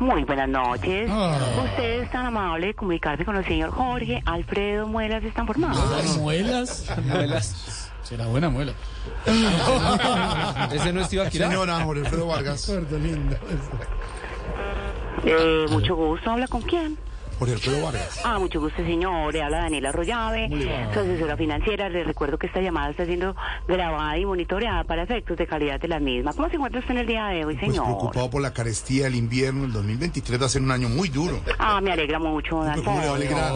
Muy buenas noches. Ah. Usted es tan amable de comunicarse con el señor Jorge Alfredo Muelas de Stanford Mouse. ¿Muelas? Muelas. Será buena muela. Ese no es Tibaquirá. Señora Jorge Alfredo Vargas. linda. Eh, mucho gusto. ¿Habla con quién? Jorge Alfredo Vargas. Ah, mucho gusto, señor. Le habla Daniela Arroyave, su asesora financiera. Le recuerdo que esta llamada está siendo grabada y monitoreada para efectos de calidad de la misma. ¿Cómo se encuentra usted en el día de hoy, Pues señor? preocupado por la carestía, el invierno, el 2023 va a ser un año muy duro. Ah, me alegra mucho, don ¿Cómo le va a Antonio. alegrar?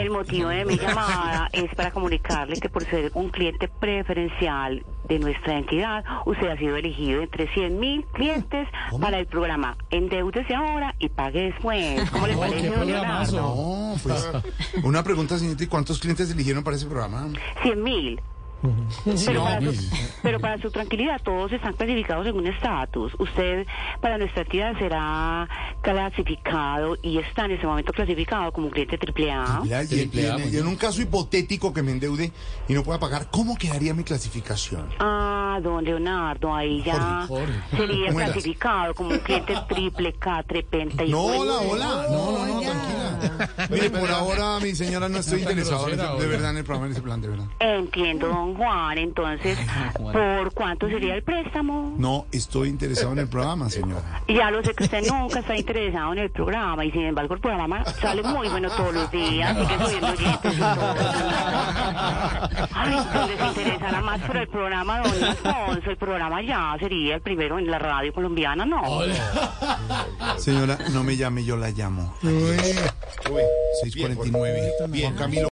El motivo de mi llamada es para comunicarle que por ser un cliente preferencial de nuestra entidad, usted ha sido elegido entre 100 mil clientes para el programa Endeúdese ahora y pague después. ¿Cómo le Oh, parece, qué don Leonardo? programazo. No, pues una pregunta, señorita, ¿y cuántos clientes eligieron para ese programa? 100 mil. Pero, para mil. su, pero para su tranquilidad, todos están clasificados en un estatus. Usted, para nuestra entidad, será clasificado y está en ese momento clasificado como un cliente triple A. Mira, y, en, y en- y en un caso hipotético que me endeude y no pueda pagar, ¿cómo quedaría mi clasificación? Ah, don Leonardo, ahí ya Jorge, sería ¿Cómo era? clasificado como un cliente triple K, trepenta y No, bueno. hola, hola. No, no, no, tranquila. Mire, por ahora, mi señora, no estoy interesado en ese- de verdad en el programa, en ese plan, de verdad. Entiendo, don Juan, entonces, ¿por cuánto sería el préstamo? No estoy interesado en el programa, señora. Ya lo sé que usted nunca está interesado en el programa y sin embargo el programa sale muy bueno todos los días, sigue subiendo oyentes y todo. Ay, pues les interesará más por el programa Don Alfonso, el programa ya sería el primero en la radio colombiana, ¿no? Señora, no me llame, yo la llamo. 649. Juan Camilo.